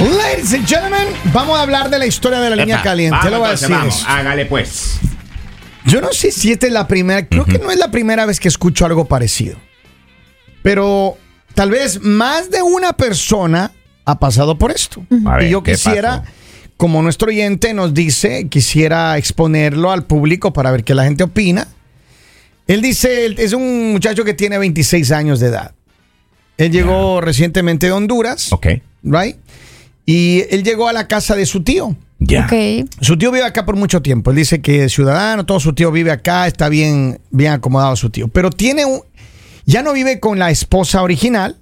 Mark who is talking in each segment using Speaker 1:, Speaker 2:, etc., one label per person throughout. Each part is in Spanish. Speaker 1: Ladies and gentlemen, vamos a hablar de la historia de la línea
Speaker 2: Epa,
Speaker 1: caliente.
Speaker 2: vamos,
Speaker 1: Lo voy a
Speaker 2: entonces,
Speaker 1: decir
Speaker 2: vamos,
Speaker 1: eso.
Speaker 2: hágale pues.
Speaker 1: Yo no sé si esta es la primera, creo que no es la primera vez que escucho algo parecido. Pero tal vez más de una persona ha pasado por esto.
Speaker 2: A ver,
Speaker 1: y yo
Speaker 2: ¿qué
Speaker 1: quisiera,
Speaker 2: pasó?
Speaker 1: como nuestro oyente nos dice, quisiera exponerlo al público para ver qué la gente opina. Él dice, él es un muchacho que tiene 26 años de edad. Él llegó recientemente de Honduras,
Speaker 2: Ok.
Speaker 1: right? Y él llegó a la casa de su tío.
Speaker 2: Ya.
Speaker 3: Ok.
Speaker 1: Su tío vive acá por mucho tiempo. Él dice que es ciudadano, todo su tío vive acá, está bien, bien acomodado su tío. Pero tiene un, ya no vive con la esposa original,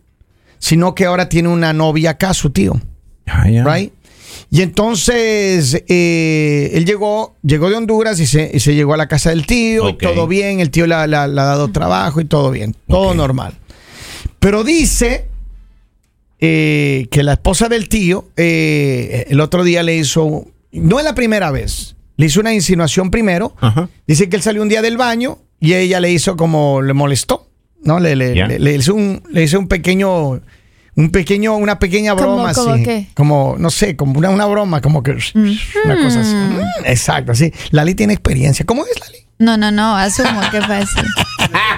Speaker 1: sino que ahora tiene una novia acá, su tío.
Speaker 2: Ah, ya.
Speaker 1: Right? Y entonces eh, él llegó, llegó de Honduras y se, y se llegó a la casa del tío, y
Speaker 2: Ok.
Speaker 1: todo bien, el tío le ha- le ha le ha dado trabajo y todo bien, todo
Speaker 2: Ok.
Speaker 1: normal. Pero dice eh, que la esposa del tío eh, el otro día le hizo, no es la primera vez, le hizo una insinuación primero.
Speaker 2: Ajá.
Speaker 1: Dice que él salió un día del baño y ella le hizo como le molestó, ¿no? Le, le,
Speaker 2: Ya.
Speaker 1: le- le hizo, un, le hizo un pequeño, un pequeño, una pequeña
Speaker 3: ¿Cómo-
Speaker 1: broma
Speaker 3: cómo
Speaker 1: así.
Speaker 3: qué?
Speaker 1: Como, no sé, como una, una broma, como que una cosa así. Mm, Exacto, sí. Lali tiene experiencia. ¿Cómo es Lali?
Speaker 3: No, no, no, asumo que fue así.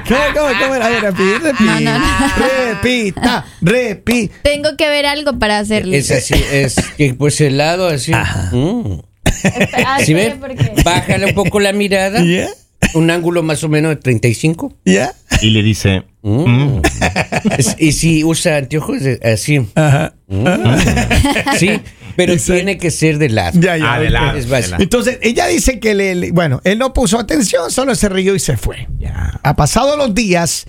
Speaker 1: ¿Cómo, cómo, cómo era? A ver, repita, repita.
Speaker 3: Ah, No, no, no.
Speaker 1: Repita, repita.
Speaker 3: Tengo que ver algo para hacerlo.
Speaker 4: Es así, es que por ese lado, así. Mm.
Speaker 3: Ah,
Speaker 4: ¿Sí
Speaker 3: espere,
Speaker 4: ven?
Speaker 3: porque-
Speaker 4: Bájale un poco la mirada.
Speaker 1: ¿Ya?
Speaker 4: Un ángulo más o menos de 35.
Speaker 1: ¿Ya?
Speaker 2: Y le dice,
Speaker 4: Mm. Es- y si usa anteojos, eh, así. Mm. Sí, pero tiene que ser de lado.
Speaker 1: Ya, ya.
Speaker 2: Ah, de
Speaker 1: ok.
Speaker 2: lado,
Speaker 4: Es básico.
Speaker 2: de
Speaker 1: Entonces, ella dice que le, le- bueno, él no puso atención, solo se rió y se fue.
Speaker 2: Ya.
Speaker 1: Ha pasado los días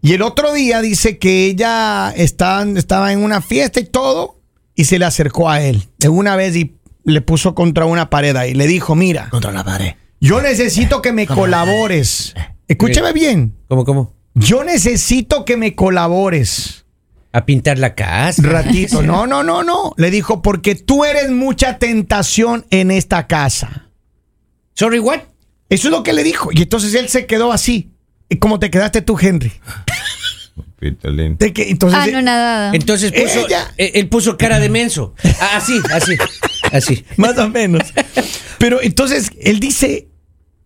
Speaker 1: y el otro día dice que ella estaba, estaba en una fiesta y todo y se le acercó a él de una vez y le puso contra una pared ahí. Le dijo, mira,
Speaker 2: Contra la pared.
Speaker 1: yo necesito que me colabores.
Speaker 2: Eh.
Speaker 1: Escúchame bien.
Speaker 4: ¿Cómo, cómo?
Speaker 1: Yo necesito que me colabores.
Speaker 4: A pintar la casa.
Speaker 1: Ratito. No, no, no, no. Le dijo, porque tú eres mucha tentación en esta casa.
Speaker 4: Sorry, what?
Speaker 1: Eso es lo que le dijo. Y entonces él se quedó así. Y como te quedaste tú, Henry.
Speaker 2: Pítale.
Speaker 1: Te que- entonces,
Speaker 3: Ah, no, nada.
Speaker 4: Entonces puso,
Speaker 1: Ella.
Speaker 4: eh, él puso cara de menso. Ah, Así, así, así.
Speaker 1: Más o menos. Pero entonces él dice,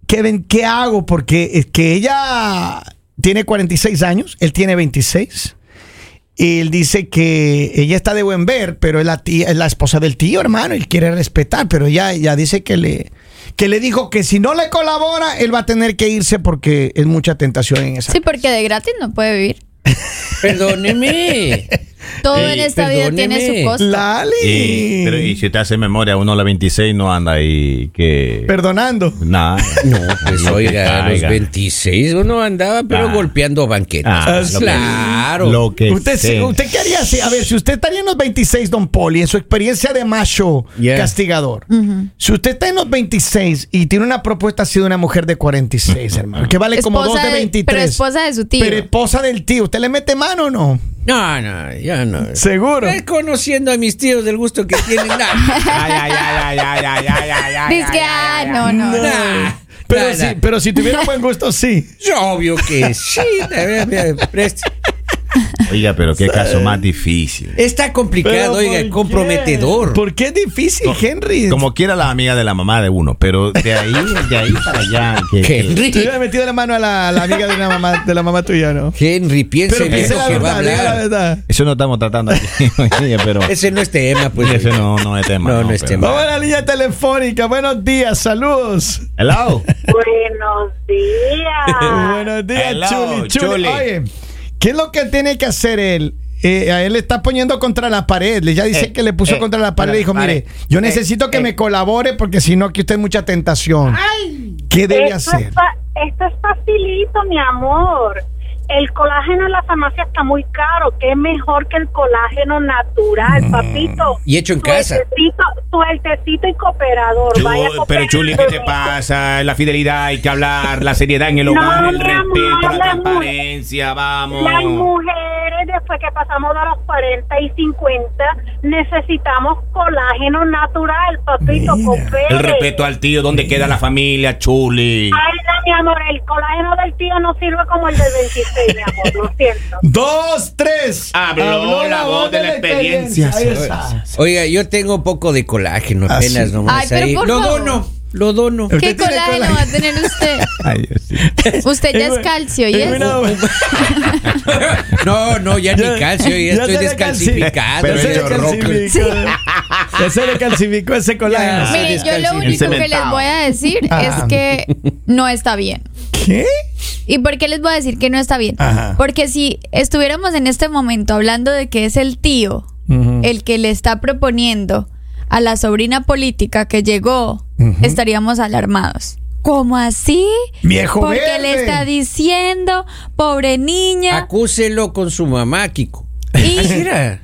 Speaker 1: Kevin, ¿qué hago? Porque es que ella tiene 46 años, él tiene 26. Y él dice que ella está de buen ver, pero es la tía, es la esposa del tío, hermano, él quiere respetar, pero ella, ella dice que le, que le dijo que si no le colabora, él va a tener que irse porque es mucha tentación en esa.
Speaker 3: Sí, porque de gratis no puede vivir.
Speaker 4: Perdóneme.
Speaker 3: Todo
Speaker 2: Ey,
Speaker 3: en esta vida
Speaker 4: perdóneme.
Speaker 3: tiene su costo.
Speaker 1: Lali.
Speaker 2: Y, pero y si te hace memoria, uno a la 26 no anda ahí que...
Speaker 1: Perdonando.
Speaker 2: Nah.
Speaker 4: No, pues oiga, a los
Speaker 2: Oiga.
Speaker 4: 26 uno andaba, pero
Speaker 2: Ah.
Speaker 4: golpeando banquetas.
Speaker 2: Ah,
Speaker 4: Pues,
Speaker 2: lo que-
Speaker 4: claro.
Speaker 2: Lo que
Speaker 1: Usted, sí,
Speaker 4: Este.
Speaker 2: sea.
Speaker 1: ¿Usted qué haría si, a ver, si usted estaría en los 26, don Poli, en su experiencia de macho
Speaker 4: Yeah.
Speaker 1: castigador, si usted está en los 26 y tiene una propuesta así de una mujer de 46, hermano, que vale como dos de
Speaker 3: pero
Speaker 1: 23,
Speaker 3: esposa de su tío.
Speaker 1: pero esposa del tío, ¿usted le mete mano o no?
Speaker 4: No, no, ya no.
Speaker 1: Seguro.
Speaker 4: Eh, conociendo a mis tíos del gusto que tienen. nah.
Speaker 2: Ay, ay, ay, ay, ay, ay, ay, ay, ay,
Speaker 3: Dice que,
Speaker 2: ay,
Speaker 3: ah,
Speaker 2: ay, ay.
Speaker 3: no, no. no.
Speaker 4: Nah,
Speaker 1: Pero,
Speaker 4: nah,
Speaker 1: si,
Speaker 4: nah.
Speaker 1: pero si tuviera buen gusto, sí.
Speaker 4: Yo, Obvio que sí. A ver, a ver, preste.
Speaker 2: Oiga, pero qué caso más difícil.
Speaker 4: Está complicado,
Speaker 1: Pero ¿por
Speaker 4: oiga,
Speaker 1: qué?
Speaker 4: comprometedor.
Speaker 1: ¿Por qué es difícil, Henry?
Speaker 2: Como quiera la amiga de la mamá de uno, pero de ahí, de ahí para allá. que- que-
Speaker 1: Te
Speaker 4: Henry,
Speaker 1: hubiera metido la mano a la, a la amiga de la mamá, de la mamá tuya, ¿no?
Speaker 4: Henry, piense
Speaker 1: Pero
Speaker 4: en
Speaker 1: piense
Speaker 4: eso
Speaker 1: la
Speaker 4: que va a
Speaker 1: verdad, diga la
Speaker 4: hablar.
Speaker 1: verdad.
Speaker 2: Eso no estamos tratando aquí, oye, pero
Speaker 4: Ese no es tema, pues.
Speaker 2: ese
Speaker 4: oiga.
Speaker 2: no, no es tema.
Speaker 4: No, no es
Speaker 2: pero-
Speaker 4: tema.
Speaker 1: Vamos a la línea telefónica. Buenos días, saludos.
Speaker 2: Hello.
Speaker 5: Buenos días.
Speaker 1: Buenos días,
Speaker 2: Hello,
Speaker 1: Chuli, Chuli.
Speaker 2: Chuli.
Speaker 1: Oye, ¿qué es lo que tiene que hacer él? Eh, a él le está poniendo contra la pared. Le- Ya dice
Speaker 2: Eh,
Speaker 1: que le puso
Speaker 2: eh,
Speaker 1: contra la pared. Le dijo,
Speaker 2: contra la
Speaker 1: mire,
Speaker 2: pared.
Speaker 1: yo
Speaker 2: Eh,
Speaker 1: necesito que
Speaker 2: eh.
Speaker 1: me colabore porque si no, aquí usted es mucha tentación. ¿Qué debe
Speaker 5: esto,
Speaker 1: hacer?
Speaker 5: Es fa- esto es facilito, mi amor. El colágeno en la farmacia está muy caro. ¿Qué mejor que el colágeno natural,
Speaker 2: Mm.
Speaker 5: papito?
Speaker 4: Y hecho en casa.
Speaker 5: Sueltecito, sueltecito y cooperador.
Speaker 2: Chu-
Speaker 5: Vaya
Speaker 2: pero
Speaker 5: cooperando
Speaker 2: Chuli, ¿qué te
Speaker 5: conmigo.
Speaker 2: pasa? La fidelidad, hay que hablar, la seriedad en el hogar,
Speaker 5: No,
Speaker 2: el
Speaker 5: mi amor,
Speaker 2: respeto, la
Speaker 5: las mu-
Speaker 2: transparencia, vamos.
Speaker 5: Las mujeres de después que pasamos a los 40 y 50, necesitamos colágeno natural, papito,
Speaker 4: Mira,
Speaker 5: con pele.
Speaker 2: El respeto al tío, ¿dónde queda la familia, Chuli?
Speaker 5: Ay, no, mi amor, el colágeno del tío no sirve como el del 26, mi amor, lo siento.
Speaker 1: Dos, tres.
Speaker 2: Habló la voz de la experiencia.
Speaker 1: Ahí está.
Speaker 4: Oiga, yo tengo poco de colágeno,
Speaker 1: Ah,
Speaker 4: apenas
Speaker 1: sí.
Speaker 4: nomás
Speaker 3: Ay, pero
Speaker 4: ahí.
Speaker 3: por
Speaker 4: Lo
Speaker 3: favor.
Speaker 4: dono, lo dono.
Speaker 1: Usted
Speaker 3: ¿Qué
Speaker 1: tiene
Speaker 3: colágeno va a tener usted? Usted ya es calcio, ¿y
Speaker 1: Eh,
Speaker 3: es?
Speaker 1: mira,
Speaker 4: No, no, ya,
Speaker 1: ya-
Speaker 4: ni calcio, ya,
Speaker 1: ya se
Speaker 4: estoy
Speaker 1: le
Speaker 4: descalcificado.
Speaker 1: calci-
Speaker 2: Pero
Speaker 1: ya se le
Speaker 2: hecho roca.
Speaker 1: calcificó. Ya se le calcificó ese colágeno.
Speaker 4: Ya.
Speaker 3: Miren, yo lo
Speaker 4: descalcificado.
Speaker 3: único que les voy a decir es
Speaker 1: Ah.
Speaker 3: que no está bien.
Speaker 1: ¿Qué?
Speaker 3: ¿Y por qué les voy a decir que no está bien?
Speaker 1: Ajá.
Speaker 3: Porque si estuviéramos en este momento hablando de que es el tío
Speaker 1: Ujú.
Speaker 3: el que le está proponiendo a la sobrina política que llegó, estaríamos alarmados. ¿Cómo así?
Speaker 1: Viejo
Speaker 3: Porque
Speaker 1: verde.
Speaker 3: le está diciendo, pobre niña.
Speaker 4: Acúselo con su mamá, Kiko.
Speaker 3: Y-
Speaker 4: Así era.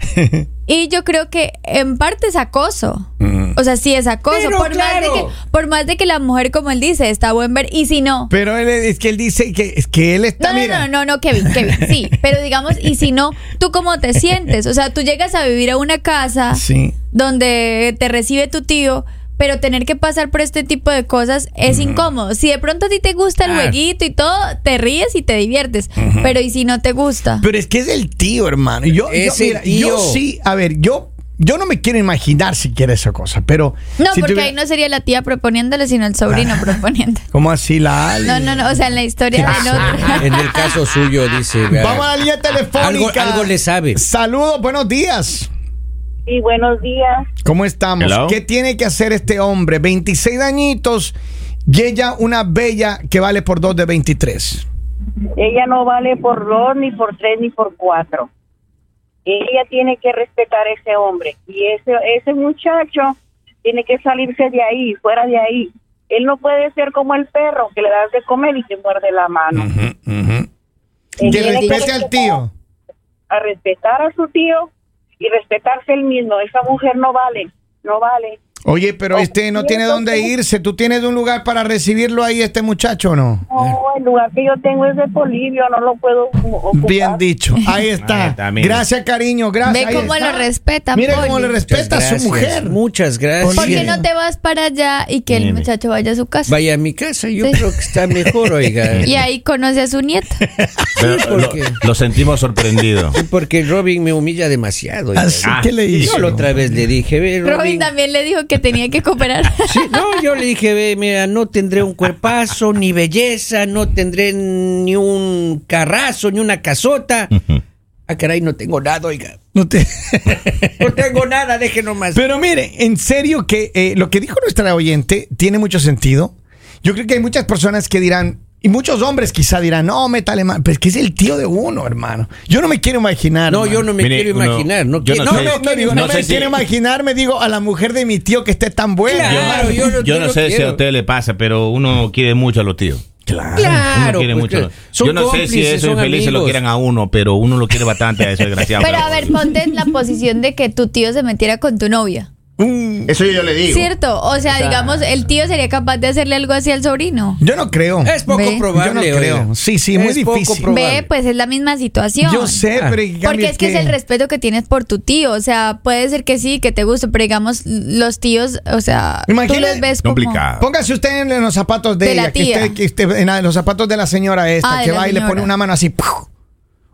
Speaker 3: Y yo creo que en parte es acoso.
Speaker 2: Mm.
Speaker 1: Mm.
Speaker 3: O sea, sí es acoso.
Speaker 4: Pero
Speaker 3: por, más
Speaker 4: claro.
Speaker 3: de que, por más de que la mujer, como él dice, está buen ver. Y si no.
Speaker 1: Pero él, es que él dice que, es que él
Speaker 3: No,
Speaker 1: está.
Speaker 3: no,
Speaker 1: mira.
Speaker 3: no, no, no, Kevin, Kevin, sí. Pero digamos, y si no, ¿tú cómo te sientes? O sea, tú llegas a vivir a una casa
Speaker 1: Sí.
Speaker 3: donde te recibe tu tío, pero tener que pasar por este tipo de cosas es incómodo. Si de pronto a ti te gusta
Speaker 1: Ah.
Speaker 3: el
Speaker 4: Claro.
Speaker 3: jueguito y todo, te ríes y te diviertes. Pero ¿y si no te gusta?
Speaker 1: Pero es que es el tío, hermano. Yo, yo-
Speaker 4: Es el
Speaker 1: mira,
Speaker 4: tío.
Speaker 1: yo sí, a ver, yo, yo no me quiero imaginar siquiera esa cosa, pero.
Speaker 3: No,
Speaker 1: si Ah.
Speaker 3: porque
Speaker 1: tuviera-
Speaker 3: ahí no sería la tía proponiéndole, sino el sobrino proponiéndole.
Speaker 1: ¿Cómo así la Ali?
Speaker 3: No, no, no, o sea, en la historia del otro.
Speaker 4: En el caso suyo, dice. vea.
Speaker 1: Vamos a la línea telefónica.
Speaker 4: Algo- algo le sabe.
Speaker 1: Saludos, buenos días.
Speaker 5: Y buenos días.
Speaker 1: ¿Cómo estamos?
Speaker 2: Hello.
Speaker 1: ¿Qué tiene que hacer este hombre? 26 añitos y ella una bella que vale por dos de 23.
Speaker 5: Ella no vale por dos, ni por tres, ni por cuatro. Ella tiene que respetar a ese hombre. Y ese, ese muchacho tiene que salirse de ahí, fuera de ahí. Él no puede ser como el perro que le das de comer y te muerde la mano. Él
Speaker 1: Que
Speaker 5: tiene
Speaker 1: respete al tío.
Speaker 5: A respetar a su tío y respetarse él mismo. Esa mujer no vale, no vale.
Speaker 1: Oye, pero este no tiene dónde irse. ¿Tú tienes un lugar para recibirlo ahí, este muchacho o no?
Speaker 5: No, el lugar que yo tengo es de Polivio, no lo puedo ocupar.
Speaker 1: Bien dicho. Ahí
Speaker 2: Ahí
Speaker 1: está.
Speaker 2: está, mira.
Speaker 1: Gracias, cariño. Gracias.
Speaker 3: Ve
Speaker 1: Ahí
Speaker 3: cómo
Speaker 1: está.
Speaker 3: lo respeta,
Speaker 1: Ah. Mira cómo
Speaker 3: Poli.
Speaker 1: le respeta a su mujer.
Speaker 4: Muchas gracias.
Speaker 3: ¿Por qué no te vas para allá y que el
Speaker 2: Mire.
Speaker 3: muchacho vaya a su casa?
Speaker 4: Vaya a mi casa, yo
Speaker 3: Sí.
Speaker 4: creo que está mejor, oiga.
Speaker 3: Y ahí conoce a su nieta.
Speaker 2: Pero
Speaker 4: Sí,
Speaker 2: lo,
Speaker 4: porque-
Speaker 2: lo sentimos sorprendido.
Speaker 4: Porque Robin me humilla demasiado. oiga.
Speaker 1: Así
Speaker 2: Ah,
Speaker 1: que le hizo.
Speaker 4: Yo la otra vez le dije, ve, Robin.
Speaker 3: Robin también le dijo que tenía que cooperar.
Speaker 4: Sí, no, yo le dije, ve, mira, no tendré un cuerpazo, ni belleza, no tendré ni un carrazo, ni una casota. Ah, caray, no tengo nada, oiga.
Speaker 1: No te-
Speaker 4: No tengo nada, deje nomás.
Speaker 1: Pero mire, en serio que eh, lo que dijo nuestra oyente tiene mucho sentido. Yo creo que hay muchas personas que dirán, y muchos hombres quizá dirán, no, métale más. Pero es que es el tío de uno, hermano. Yo no me quiero imaginar.
Speaker 4: No,
Speaker 1: hermano.
Speaker 4: yo no me
Speaker 2: Mire,
Speaker 4: quiero
Speaker 2: no,
Speaker 4: imaginar. No,
Speaker 2: yo
Speaker 4: quiero-
Speaker 2: no
Speaker 4: no,
Speaker 2: sé-
Speaker 4: no,
Speaker 1: No, digo,
Speaker 4: quiero
Speaker 1: no,
Speaker 2: No
Speaker 1: me
Speaker 2: sé si-
Speaker 1: quiero imaginar, me digo, a la mujer de mi tío que esté tan buena.
Speaker 4: Claro,
Speaker 1: hermano.
Speaker 4: yo no-
Speaker 2: Yo
Speaker 4: yo
Speaker 2: no
Speaker 4: no
Speaker 2: sé si
Speaker 4: quiero.
Speaker 2: a ustedes le pasa, pero uno quiere mucho a los tíos.
Speaker 1: Claro.
Speaker 4: Claro,
Speaker 2: uno quiere
Speaker 4: pues,
Speaker 2: mucho. a los-
Speaker 4: son
Speaker 2: Yo no sé si
Speaker 4: cómplices,
Speaker 2: esos
Speaker 4: son
Speaker 2: infelices lo
Speaker 4: amigos.
Speaker 2: quieran a uno, pero uno lo quiere bastante a ese desgraciado.
Speaker 3: Pero a ver, ponte en la posición de que tu tío se metiera con tu novia.
Speaker 1: Mm,
Speaker 2: Eso yo le digo.
Speaker 3: ¿Cierto? O sea, digamos, el tío sería capaz de hacerle algo así al sobrino.
Speaker 1: Yo no creo.
Speaker 4: Es poco
Speaker 3: Ve.
Speaker 4: probable.
Speaker 1: Yo no creo.
Speaker 4: oiga.
Speaker 1: Sí, sí, muy
Speaker 4: Es poco
Speaker 1: difícil.
Speaker 4: probable.
Speaker 3: Ve, pues es la misma situación.
Speaker 1: Yo sé,
Speaker 4: Ah.
Speaker 1: pero en
Speaker 3: Porque
Speaker 1: cambio
Speaker 3: es que es el respeto que tienes por tu tío. O sea, puede ser que sí, que te guste, pero digamos, los tíos, o sea, tú
Speaker 1: Imagina-
Speaker 3: los ves como.
Speaker 2: Complicado.
Speaker 1: Póngase usted en los zapatos de,
Speaker 3: De la
Speaker 1: ella, que
Speaker 3: tía.
Speaker 1: usted- que usted- en la- en los zapatos de la señora esta,
Speaker 3: Ah, de
Speaker 1: que
Speaker 3: la
Speaker 1: va y le
Speaker 3: señora.
Speaker 1: pone una mano así, ¡puf!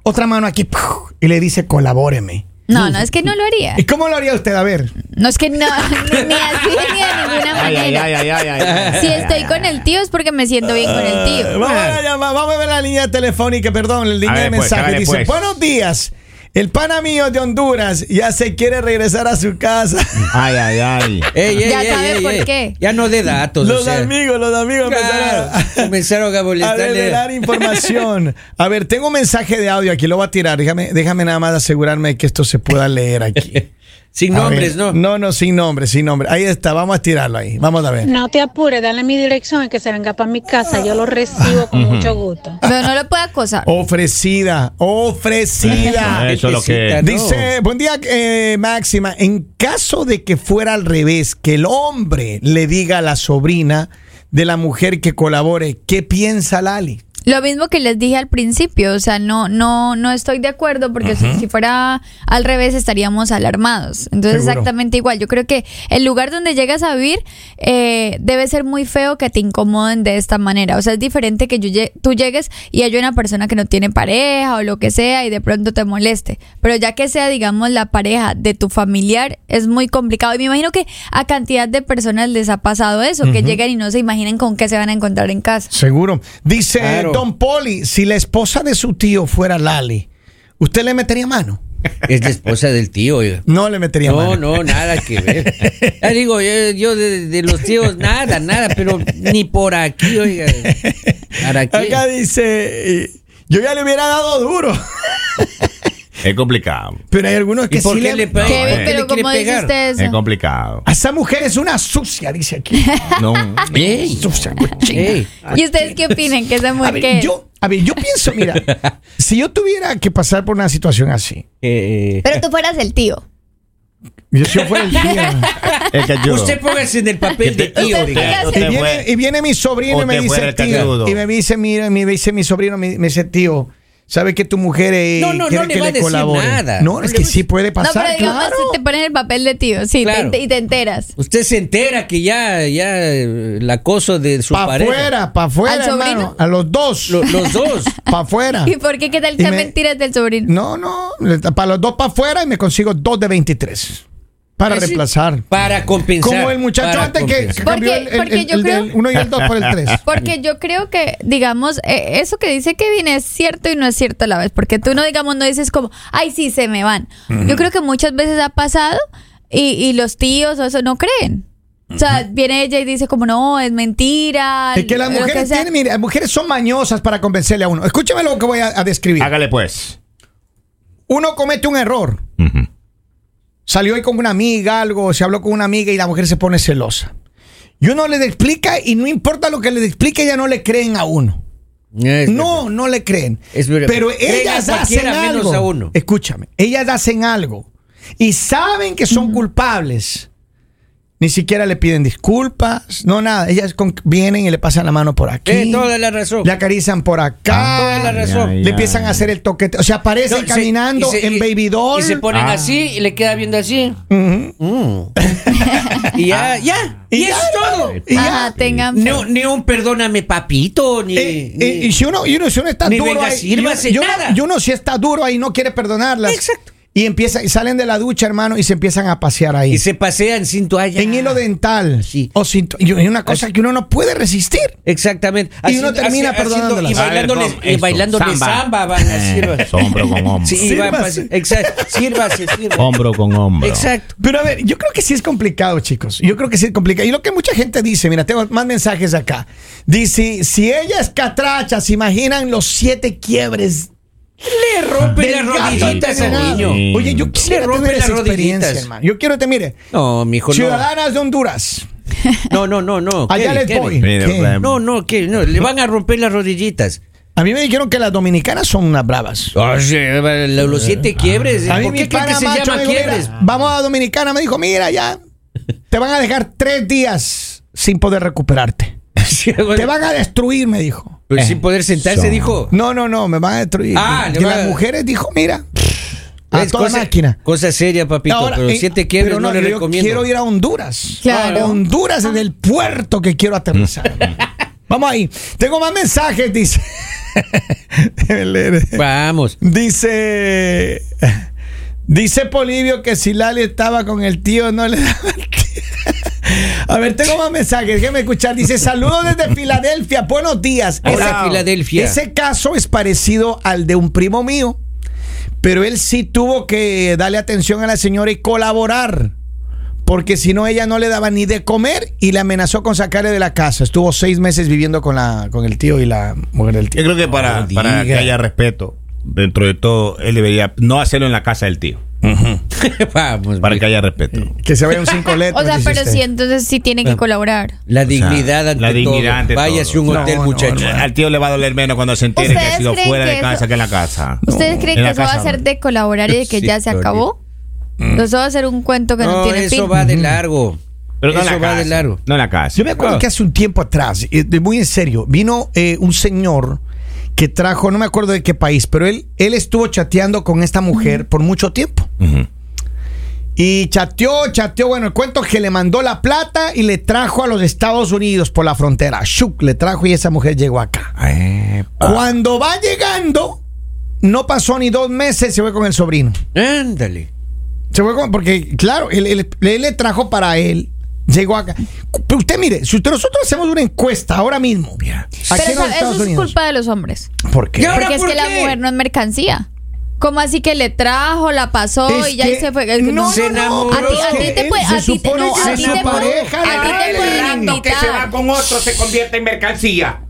Speaker 1: otra mano aquí, ¡puf! y le dice, colabóreme.
Speaker 3: No, no, es que no lo haría.
Speaker 1: ¿Y cómo lo haría usted? A ver.
Speaker 3: No es que no, ni, ni así ni de ninguna
Speaker 2: Ay, ay,
Speaker 3: manera.
Speaker 2: ay, ay, ay, ay.
Speaker 3: Si estoy con el tío es porque me siento bien con el
Speaker 1: Eh,
Speaker 3: tío.
Speaker 1: Vamos a, llamar- vamos a ver la línea telefónica, perdón, la línea
Speaker 2: ver,
Speaker 1: de
Speaker 2: pues,
Speaker 1: mensajes.
Speaker 2: hágale,
Speaker 1: Dice,
Speaker 2: pues.
Speaker 1: buenos días. El pana mío de Honduras ya se quiere regresar a su casa.
Speaker 2: Ay, ay, ay.
Speaker 4: Ey, ey,
Speaker 3: Ya
Speaker 4: ey,
Speaker 3: sabe
Speaker 4: ey,
Speaker 3: por
Speaker 4: ey.
Speaker 3: qué.
Speaker 4: Ya no de datos.
Speaker 1: los
Speaker 4: o sea.
Speaker 1: amigos, los amigos
Speaker 4: Claro,
Speaker 1: empezaron a-
Speaker 4: comenzaron a
Speaker 1: a
Speaker 4: molestarle.
Speaker 1: revelar información. A ver, tengo un mensaje de audio aquí, lo voy a tirar. Déjame, déjame nada más asegurarme que esto se pueda leer aquí.
Speaker 4: Sin
Speaker 1: A
Speaker 4: nombres,
Speaker 1: ver,
Speaker 4: ¿no?
Speaker 1: No, no, sin nombre, sin nombre. Ahí está, vamos a tirarlo ahí. Vamos a ver.
Speaker 6: No te apures, dale mi dirección y que se venga para mi casa. Yo lo recibo con mucho gusto.
Speaker 3: No, no lo puedo acosar.
Speaker 1: Oh. Ofrecida, ofrecida.
Speaker 2: Eso es lo que.
Speaker 4: No.
Speaker 1: Dice, buen día, eh, Máxima. En caso de que fuera al revés, que el hombre le diga a la sobrina de la mujer que colabore, ¿qué piensa Lali?
Speaker 3: Lo mismo que les dije al principio, o sea, no, no, no estoy de acuerdo porque si- si, fuera al revés estaríamos alarmados. Entonces
Speaker 1: Seguro.
Speaker 3: exactamente igual. Yo creo que el lugar donde llegas a vivir eh, debe ser muy feo que te incomoden de esta manera. O sea, es diferente que yo lle- tú llegues y haya una persona que no tiene pareja o lo que sea y de pronto te moleste. Pero ya que sea, digamos, la pareja de tu familiar, es muy complicado. Y me imagino que a cantidad de personas les ha pasado eso, que llegan y no se imaginan con qué se van a encontrar en casa.
Speaker 1: Seguro. Dice
Speaker 4: Claro.
Speaker 1: Don Poli, si la esposa de su tío fuera Lali, ¿usted le metería mano?
Speaker 4: Es la esposa del tío, oiga.
Speaker 1: No le metería
Speaker 4: No,
Speaker 1: mano.
Speaker 4: no, nada que ver. Ya digo, yo, yo de, de los tíos, nada, nada, pero ni por aquí, oiga. ¿Para
Speaker 1: Acá
Speaker 4: qué?
Speaker 1: dice, eh, yo ya le hubiera dado duro.
Speaker 2: Es complicado.
Speaker 1: Pero hay algunos que
Speaker 4: ¿Y por
Speaker 1: sí
Speaker 4: qué le pe-
Speaker 3: Kevin,
Speaker 2: eh.
Speaker 3: pero
Speaker 4: ¿Le quiere
Speaker 3: como dice
Speaker 4: pegar?
Speaker 3: usted eso?
Speaker 2: Es complicado.
Speaker 1: A esa mujer es una sucia, dice aquí.
Speaker 2: No.
Speaker 4: Ey,
Speaker 1: sucia, cochina.
Speaker 4: ey.
Speaker 3: ¿Y ustedes qué opinan? ¿Que esa
Speaker 1: A
Speaker 3: mujer
Speaker 1: ver,
Speaker 3: qué es?
Speaker 1: yo, a ver, yo pienso, mira, si yo tuviera que pasar por una situación así,
Speaker 4: Eh,
Speaker 3: Pero tú fueras el tío.
Speaker 1: y si yo fuera el tío,
Speaker 2: Es que yo.
Speaker 4: usted póngase en el papel de
Speaker 2: Que te-
Speaker 4: tío,
Speaker 3: Usted
Speaker 4: oiga.
Speaker 2: póngase-
Speaker 1: y
Speaker 2: Usted
Speaker 1: viene,
Speaker 2: fue-
Speaker 1: y viene mi sobrino y me
Speaker 2: usted fuera
Speaker 1: dice
Speaker 2: el
Speaker 1: tío,
Speaker 2: cachudo.
Speaker 1: y me dice, mira, me dice mi sobrino, me, me dice tío, sabe que tu mujer eh,
Speaker 4: No, no, no
Speaker 1: quiere
Speaker 4: le
Speaker 1: que
Speaker 4: va a
Speaker 1: le
Speaker 4: decir
Speaker 1: colabore.
Speaker 4: nada.
Speaker 1: No,
Speaker 4: No
Speaker 1: es
Speaker 4: le
Speaker 1: que
Speaker 4: va a-
Speaker 1: sí puede
Speaker 3: no,
Speaker 1: pasar,
Speaker 3: pero digamos,
Speaker 1: claro.
Speaker 3: si te pones el papel de tío, sí, te-
Speaker 4: Claro.
Speaker 3: te- y te enteras.
Speaker 4: Usted se entera que ya, ya eh, el acoso de su
Speaker 1: Pa'
Speaker 4: pareja.
Speaker 1: afuera, pa' afuera,
Speaker 3: ¿Al sobrino?
Speaker 1: hermano. A los dos,
Speaker 4: Lo- los dos.
Speaker 1: pa' afuera.
Speaker 3: ¿Y por qué qué tal
Speaker 1: Y
Speaker 3: que
Speaker 1: me-
Speaker 3: mentiras del sobrino?
Speaker 1: Ah. No, no, para los dos para afuera y me consigo dos de 23 para
Speaker 4: Así,
Speaker 1: reemplazar.
Speaker 4: Para compensar.
Speaker 1: Como el muchacho
Speaker 4: para
Speaker 1: antes que, que
Speaker 4: compensar.
Speaker 1: cambió
Speaker 3: Porque-
Speaker 1: el, el,
Speaker 3: porque
Speaker 1: el-
Speaker 3: yo
Speaker 1: el
Speaker 3: creo-
Speaker 1: del 1 y el 2 por el 3.
Speaker 3: Porque yo creo que, digamos, eh, eso que dice Kevin es cierto y no es cierto a la vez. Porque tú no, digamos, no dices como, ay, sí, se me van. Yo creo que muchas veces ha pasado y, y los tíos o eso no creen. O sea, viene ella y dice como, no, es mentira.
Speaker 1: Es que las
Speaker 3: lo
Speaker 1: mujeres
Speaker 3: sea.
Speaker 1: tienen, mire, las mujeres son mañosas para convencerle a uno. Escúchame lo que voy a, a describir.
Speaker 2: Hágale pues.
Speaker 1: Uno comete un error.
Speaker 2: Ujú.
Speaker 1: Salió ahí con una amiga, algo, se habló con una amiga y la mujer se pone celosa. Y uno le explica y no importa lo que le explique, ya no le creen a uno.
Speaker 4: Es verdad.
Speaker 1: No, no le creen.
Speaker 4: Es verdad.
Speaker 1: pero
Speaker 4: Creen a
Speaker 1: ellas hacen
Speaker 4: cualquiera
Speaker 1: algo.
Speaker 4: menos a uno.
Speaker 1: Escúchame, ellas hacen algo y saben que
Speaker 4: Mm.
Speaker 1: son culpables. Ni siquiera le piden disculpas, no nada. Ellas con- vienen y le pasan la mano por aquí.
Speaker 4: Eh, toda la razón.
Speaker 1: Le acarician por acá.
Speaker 4: Toda la razón.
Speaker 1: Le empiezan a hacer el toquete. O sea, aparecen
Speaker 4: No, se-
Speaker 1: caminando
Speaker 4: y se-
Speaker 1: en
Speaker 4: y-
Speaker 1: baby doll.
Speaker 4: Y se ponen
Speaker 2: Ah.
Speaker 4: así y le queda viendo así.
Speaker 1: Ujú. Ah.
Speaker 4: Mm. y ya, ya. Y,
Speaker 1: Y
Speaker 4: eso
Speaker 1: ya.
Speaker 4: es todo.
Speaker 1: Y ya.
Speaker 4: Ah,
Speaker 3: Ajá, Ah, tengan fe.
Speaker 4: Ni, un- ni un perdóname, papito, ni.
Speaker 1: Eh,
Speaker 4: ni-
Speaker 1: eh, y si uno, y uno, si uno está
Speaker 4: Ni
Speaker 1: duro
Speaker 4: venga,
Speaker 1: ahí,
Speaker 4: sírvase,
Speaker 1: y uno, y uno-
Speaker 4: nada.
Speaker 1: y uno si está duro ahí no quiere perdonarlas.
Speaker 4: Exacto.
Speaker 1: Y empieza, y salen de la ducha, hermano, y se empiezan a pasear ahí.
Speaker 4: y se pasean sin toalla.
Speaker 1: en hilo dental.
Speaker 4: Sí.
Speaker 1: O sin, y una cosa que uno no puede resistir.
Speaker 4: Exactamente.
Speaker 1: Y uno termina perdonándolas. Ah,
Speaker 4: Y
Speaker 2: A ver,
Speaker 4: bailándoles,
Speaker 2: ¿cómo?
Speaker 4: y
Speaker 2: Eso,
Speaker 4: bailándoles
Speaker 2: samba.
Speaker 4: samba. van a
Speaker 2: Eh,
Speaker 4: sirvas.
Speaker 2: Hombro con hombro.
Speaker 4: Sí, y van a
Speaker 1: Sírvase.
Speaker 4: pase- Exacto. Sírvase, sírvase.
Speaker 2: Hombro con hombro.
Speaker 4: Exacto.
Speaker 1: Pero a ver, yo creo que sí es complicado, chicos. Yo creo que sí es complicado. Y lo que mucha gente dice, mira, tengo más mensajes acá. Dice, si ella es catracha, se imaginan los siete quiebres.
Speaker 4: Le rompe
Speaker 1: del
Speaker 4: Pues las
Speaker 1: gato
Speaker 4: rodillitas al
Speaker 1: envenenado.
Speaker 4: niño.
Speaker 1: Oye, yo quisiera
Speaker 4: rompe
Speaker 1: tener
Speaker 4: las
Speaker 1: esa experiencia,
Speaker 4: rodillitas.
Speaker 1: hermano. Yo quiero te mire,
Speaker 4: No, mijo, no.
Speaker 1: ciudadanas de Honduras,
Speaker 4: No, no, no, no.
Speaker 1: allá
Speaker 4: Kevin,
Speaker 1: les
Speaker 4: Kevin.
Speaker 1: voy.
Speaker 2: Mira,
Speaker 1: ¿Qué?
Speaker 2: la-
Speaker 4: No, no, que no, le van a romper las rodillitas.
Speaker 1: A mí me dijeron que las dominicanas son unas bravas.
Speaker 4: los siete quiebres.
Speaker 1: Ah. A mí
Speaker 4: ¿Por
Speaker 1: mi
Speaker 4: qué creen que
Speaker 1: pana
Speaker 4: se
Speaker 1: macho
Speaker 4: llama
Speaker 1: me dijo, "Mira,
Speaker 4: quiebres?
Speaker 1: Vamos a Dominicana, me dijo, mira ya, te van a dejar tres días sin poder recuperarte. Te van a destruir, me dijo. Eh.
Speaker 4: Pero Pues sin poder sentarse,
Speaker 2: son-
Speaker 4: dijo.
Speaker 1: No, no, no, me van a destruir.
Speaker 4: Ah, le
Speaker 1: y
Speaker 4: va-
Speaker 1: las mujeres dijo, mira, a
Speaker 4: es
Speaker 1: toda máquina.
Speaker 4: Cosa seria, papito.
Speaker 1: Ahora,
Speaker 4: pero
Speaker 1: eh,
Speaker 4: siete quiebres
Speaker 1: pero
Speaker 4: no, le
Speaker 1: yo
Speaker 4: recomiendo.
Speaker 1: Quiero ir a Honduras.
Speaker 3: Claro.
Speaker 1: A Honduras es el puerto que quiero aterrizar. Vamos ahí. Tengo más mensajes, dice. Déjame leer.
Speaker 4: Vamos.
Speaker 1: Dice. Dice Polivio que si Lali estaba con el tío, no le daba el tío. A ver, tengo más mensajes, déjeme escuchar. Dice, saludos desde Filadelfia, buenos días.
Speaker 4: Hola, Filadelfia.
Speaker 1: Ese caso es parecido al de un primo mío, pero él sí tuvo que darle atención a la señora y colaborar, porque si no ella no le daba ni de comer y le amenazó con sacarle de la casa. Estuvo seis meses viviendo con, la, con el tío y la mujer del tío.
Speaker 2: Yo creo que para,
Speaker 4: No
Speaker 2: para que
Speaker 4: diga.
Speaker 2: haya respeto dentro de todo, él debería no hacerlo en la casa del tío.
Speaker 4: Vamos.
Speaker 2: Para
Speaker 4: mijo.
Speaker 2: que haya respeto.
Speaker 1: Que se vaya un cinco letras.
Speaker 3: O sea,
Speaker 1: dice
Speaker 3: pero
Speaker 1: usted.
Speaker 3: sí, entonces sí tiene que colaborar.
Speaker 4: La dignidad ante
Speaker 2: la dignidad
Speaker 4: todo.
Speaker 2: ante
Speaker 4: Váyase a
Speaker 2: todo.
Speaker 4: un hotel,
Speaker 1: No, no,
Speaker 4: muchacho.
Speaker 1: hermano.
Speaker 2: Al tío le va a doler menos cuando se entere que ha
Speaker 3: ¿Ustedes
Speaker 2: sido
Speaker 3: creen
Speaker 2: fuera
Speaker 3: que
Speaker 2: de casa
Speaker 3: eso-
Speaker 2: que en la casa.
Speaker 3: ¿Ustedes creen
Speaker 2: En
Speaker 3: que
Speaker 2: la
Speaker 3: eso va a
Speaker 2: casa,
Speaker 3: ser de colaborar y de que
Speaker 4: Sí,
Speaker 3: ya se
Speaker 4: Loli.
Speaker 3: acabó?
Speaker 1: Mm.
Speaker 3: Eso va a ser un cuento que no,
Speaker 4: No,
Speaker 3: tiene
Speaker 4: eso
Speaker 3: fin.
Speaker 4: va de largo.
Speaker 2: Pero no en
Speaker 4: eso
Speaker 2: la
Speaker 4: va
Speaker 2: casa.
Speaker 4: de largo.
Speaker 2: No en la casa. Ah.
Speaker 1: Yo me acuerdo que hace un tiempo atrás, eh, de- muy en serio, vino eh, un señor que trajo, no me acuerdo de qué país, pero él, él estuvo chateando con esta mujer por mucho tiempo.
Speaker 2: Ujú.
Speaker 1: Y chateó, chateó, bueno, el cuento es que le mandó la plata y le trajo a los Estados Unidos por la frontera. Shuk, le trajo y esa mujer llegó acá.
Speaker 4: Ah,
Speaker 2: Epa.
Speaker 1: Cuando va llegando, no pasó ni dos meses, se fue con el sobrino.
Speaker 4: Ándale.
Speaker 1: Se fue con- porque, claro, él, él- él le trajo para él. Llegó acá. Pero usted mire, si usted, nosotros hacemos una encuesta ahora mismo, aquí
Speaker 3: Pero
Speaker 1: en los
Speaker 3: ¿sabe? eso
Speaker 1: Estados
Speaker 3: es
Speaker 1: Unidos.
Speaker 3: culpa de los hombres.
Speaker 1: ¿Por qué?
Speaker 4: Ya, ¿Ahora
Speaker 3: Porque es
Speaker 4: por
Speaker 3: que la
Speaker 4: qué?
Speaker 3: mujer no es mercancía. ¿Cómo así que le trajo, la pasó
Speaker 1: Es
Speaker 3: y ya
Speaker 1: que-
Speaker 3: ahí se fue? Es que
Speaker 1: no,
Speaker 4: se
Speaker 1: no, no,
Speaker 4: enamoró.
Speaker 3: A ti, a ti te puede,
Speaker 1: Se
Speaker 3: a ti te,
Speaker 1: supone
Speaker 3: no,
Speaker 1: que
Speaker 3: a
Speaker 1: es
Speaker 3: ti
Speaker 1: su
Speaker 3: te puede,
Speaker 1: pareja, la
Speaker 3: a ti te
Speaker 1: verdad.
Speaker 3: pueden
Speaker 7: rato que se va
Speaker 3: invitar.
Speaker 7: con otro se convierte en mercancía.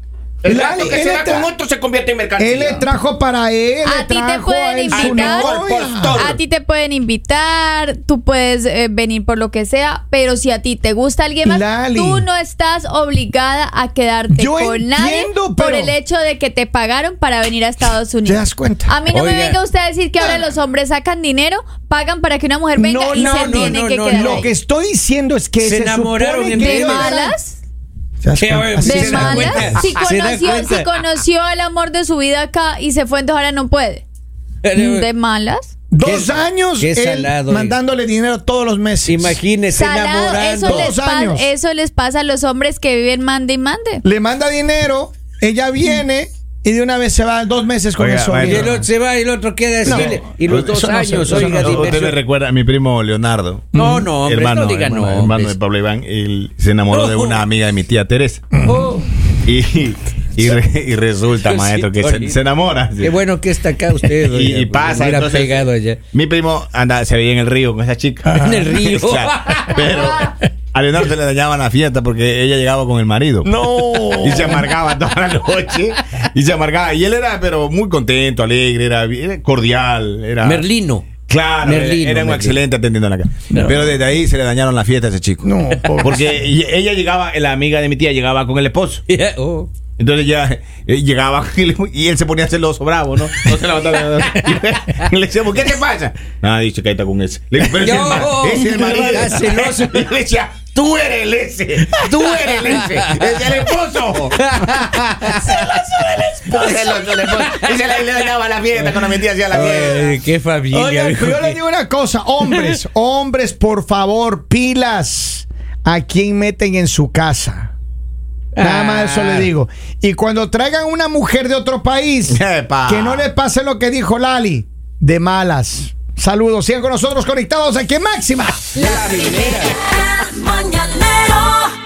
Speaker 7: El
Speaker 1: Él-
Speaker 7: rato que
Speaker 1: él
Speaker 7: se
Speaker 1: le
Speaker 7: va
Speaker 1: tra-
Speaker 7: con otro se convierte en mercancía.
Speaker 1: Él le trajo para él,
Speaker 3: A
Speaker 1: le
Speaker 3: ti te
Speaker 1: trajo
Speaker 3: pueden
Speaker 1: a él su
Speaker 3: invitar.
Speaker 7: Al postor.
Speaker 1: novia.
Speaker 3: A ti te pueden invitar, tú puedes eh, venir por lo que sea, pero si a ti te gusta alguien más,
Speaker 1: Lali.
Speaker 3: tú no estás obligada a quedarte
Speaker 1: Yo
Speaker 3: con nadie
Speaker 1: entiendo,
Speaker 3: por
Speaker 1: pero-
Speaker 3: el hecho de que te pagaron para venir a Estados
Speaker 1: ¿Te
Speaker 3: Unidos.
Speaker 1: das cuenta?
Speaker 3: A mí no me
Speaker 4: Oiga.
Speaker 3: venga usted a decir que ahora los hombres sacan dinero, pagan para que una mujer venga
Speaker 1: No,
Speaker 3: y
Speaker 1: no,
Speaker 3: se
Speaker 1: no,
Speaker 3: tiene
Speaker 4: no,
Speaker 3: que
Speaker 4: no,
Speaker 3: quedar
Speaker 4: no.
Speaker 3: ahí.
Speaker 1: Lo que estoy diciendo es que
Speaker 4: Se
Speaker 1: se,
Speaker 4: enamoraron
Speaker 1: supone
Speaker 4: en
Speaker 1: que
Speaker 3: ¿De
Speaker 1: ellos-
Speaker 3: malas?
Speaker 1: ¿Te das
Speaker 4: Sí,
Speaker 1: cuenta?
Speaker 4: oye,
Speaker 1: Así
Speaker 4: sí
Speaker 3: ¿De
Speaker 1: se
Speaker 4: da
Speaker 1: enamoró.
Speaker 4: cuenta.
Speaker 3: malas? Si
Speaker 4: Se da
Speaker 3: conoció,
Speaker 4: cuenta.
Speaker 3: si conoció el amor de su vida acá y se fue, entonces ahora no puede.
Speaker 4: Eh,
Speaker 3: ¿De malas?
Speaker 1: Dos
Speaker 4: Qué-
Speaker 1: años
Speaker 4: qué
Speaker 1: él
Speaker 4: salado, eh.
Speaker 1: mandándole dinero todos los meses.
Speaker 4: Imagínese
Speaker 3: Salado,
Speaker 4: enamorando.
Speaker 3: eso
Speaker 1: Dos
Speaker 3: les, pasa,
Speaker 1: años.
Speaker 3: eso les pasa a los hombres que viven mande y mande.
Speaker 1: Le manda dinero, ella viene y de una vez se va dos meses con
Speaker 2: Oiga,
Speaker 1: eso.
Speaker 2: bueno.
Speaker 4: Y el otro se va y el otro queda así. Y los dos
Speaker 1: eso no se-
Speaker 4: años,
Speaker 1: eso
Speaker 4: oiga,
Speaker 1: no se-
Speaker 2: Usted me
Speaker 4: diversión.
Speaker 2: recuerda a mi primo Leonardo.
Speaker 4: No, no, hombre,
Speaker 2: hermano,
Speaker 4: no diga
Speaker 2: hermano,
Speaker 4: no.
Speaker 2: hermano de
Speaker 4: hombre.
Speaker 2: Pablo Iván, él se enamoró de una amiga de mi tía Teresa.
Speaker 4: Oh,
Speaker 2: Y, y, re- y resulta, maestro, que se, se enamora.
Speaker 4: qué bueno que está acá usted.
Speaker 2: Y,
Speaker 4: oiga,
Speaker 2: y
Speaker 4: me
Speaker 2: pasa.
Speaker 4: hubiera
Speaker 2: entonces,
Speaker 4: pues, pegado allá.
Speaker 2: Mi primo anda, se veía en el río con esa chica.
Speaker 4: En el río.
Speaker 2: pero a Leonardo se le dañaban la fiesta porque ella llegaba con el marido.
Speaker 1: No.
Speaker 2: Y se amargaba toda la noche. Y se amargaba. Y él era, pero muy contento, alegre, era, era cordial. Era,
Speaker 4: Merlino.
Speaker 2: Claro, era-
Speaker 4: Merlino,
Speaker 2: era, un
Speaker 4: Merlino.
Speaker 2: excelente atendiendo en la casa.
Speaker 4: No.
Speaker 2: Pero desde ahí se le dañaron la fiesta a ese chico.
Speaker 1: No, pobre.
Speaker 2: Porque y- ella llegaba, la amiga de mi tía llegaba con el esposo.
Speaker 4: Ya, oh.
Speaker 2: Entonces ya eh, llegaba y, le- y él se ponía celoso, bravo, ¿no? No se levantaba. Y le decíamos, ¿qué te pasa? Nada, dice que ahí está con ese. Le digo, pero ese es el
Speaker 4: Yo,
Speaker 2: mar- ese es el marido.
Speaker 4: está celoso.
Speaker 2: Y le decía, tú eres el ese, tú eres el ese, es el esposo. Celoso del esposo. Y se le, le dañaba la fiesta cuando mi tía hacía la fiesta.
Speaker 4: Ay, qué familia.
Speaker 1: Oigan,
Speaker 4: viejo.
Speaker 1: pero yo les digo una cosa, hombres, hombres, por favor, pilas a quién meten en su casa. Nada más eso le digo. Y cuando traigan una mujer de otro país,
Speaker 2: Epa.
Speaker 1: que no le pase lo que dijo Lali, de malas. Saludos, sigan con nosotros conectados aquí en Máxima.
Speaker 8: El mañanero.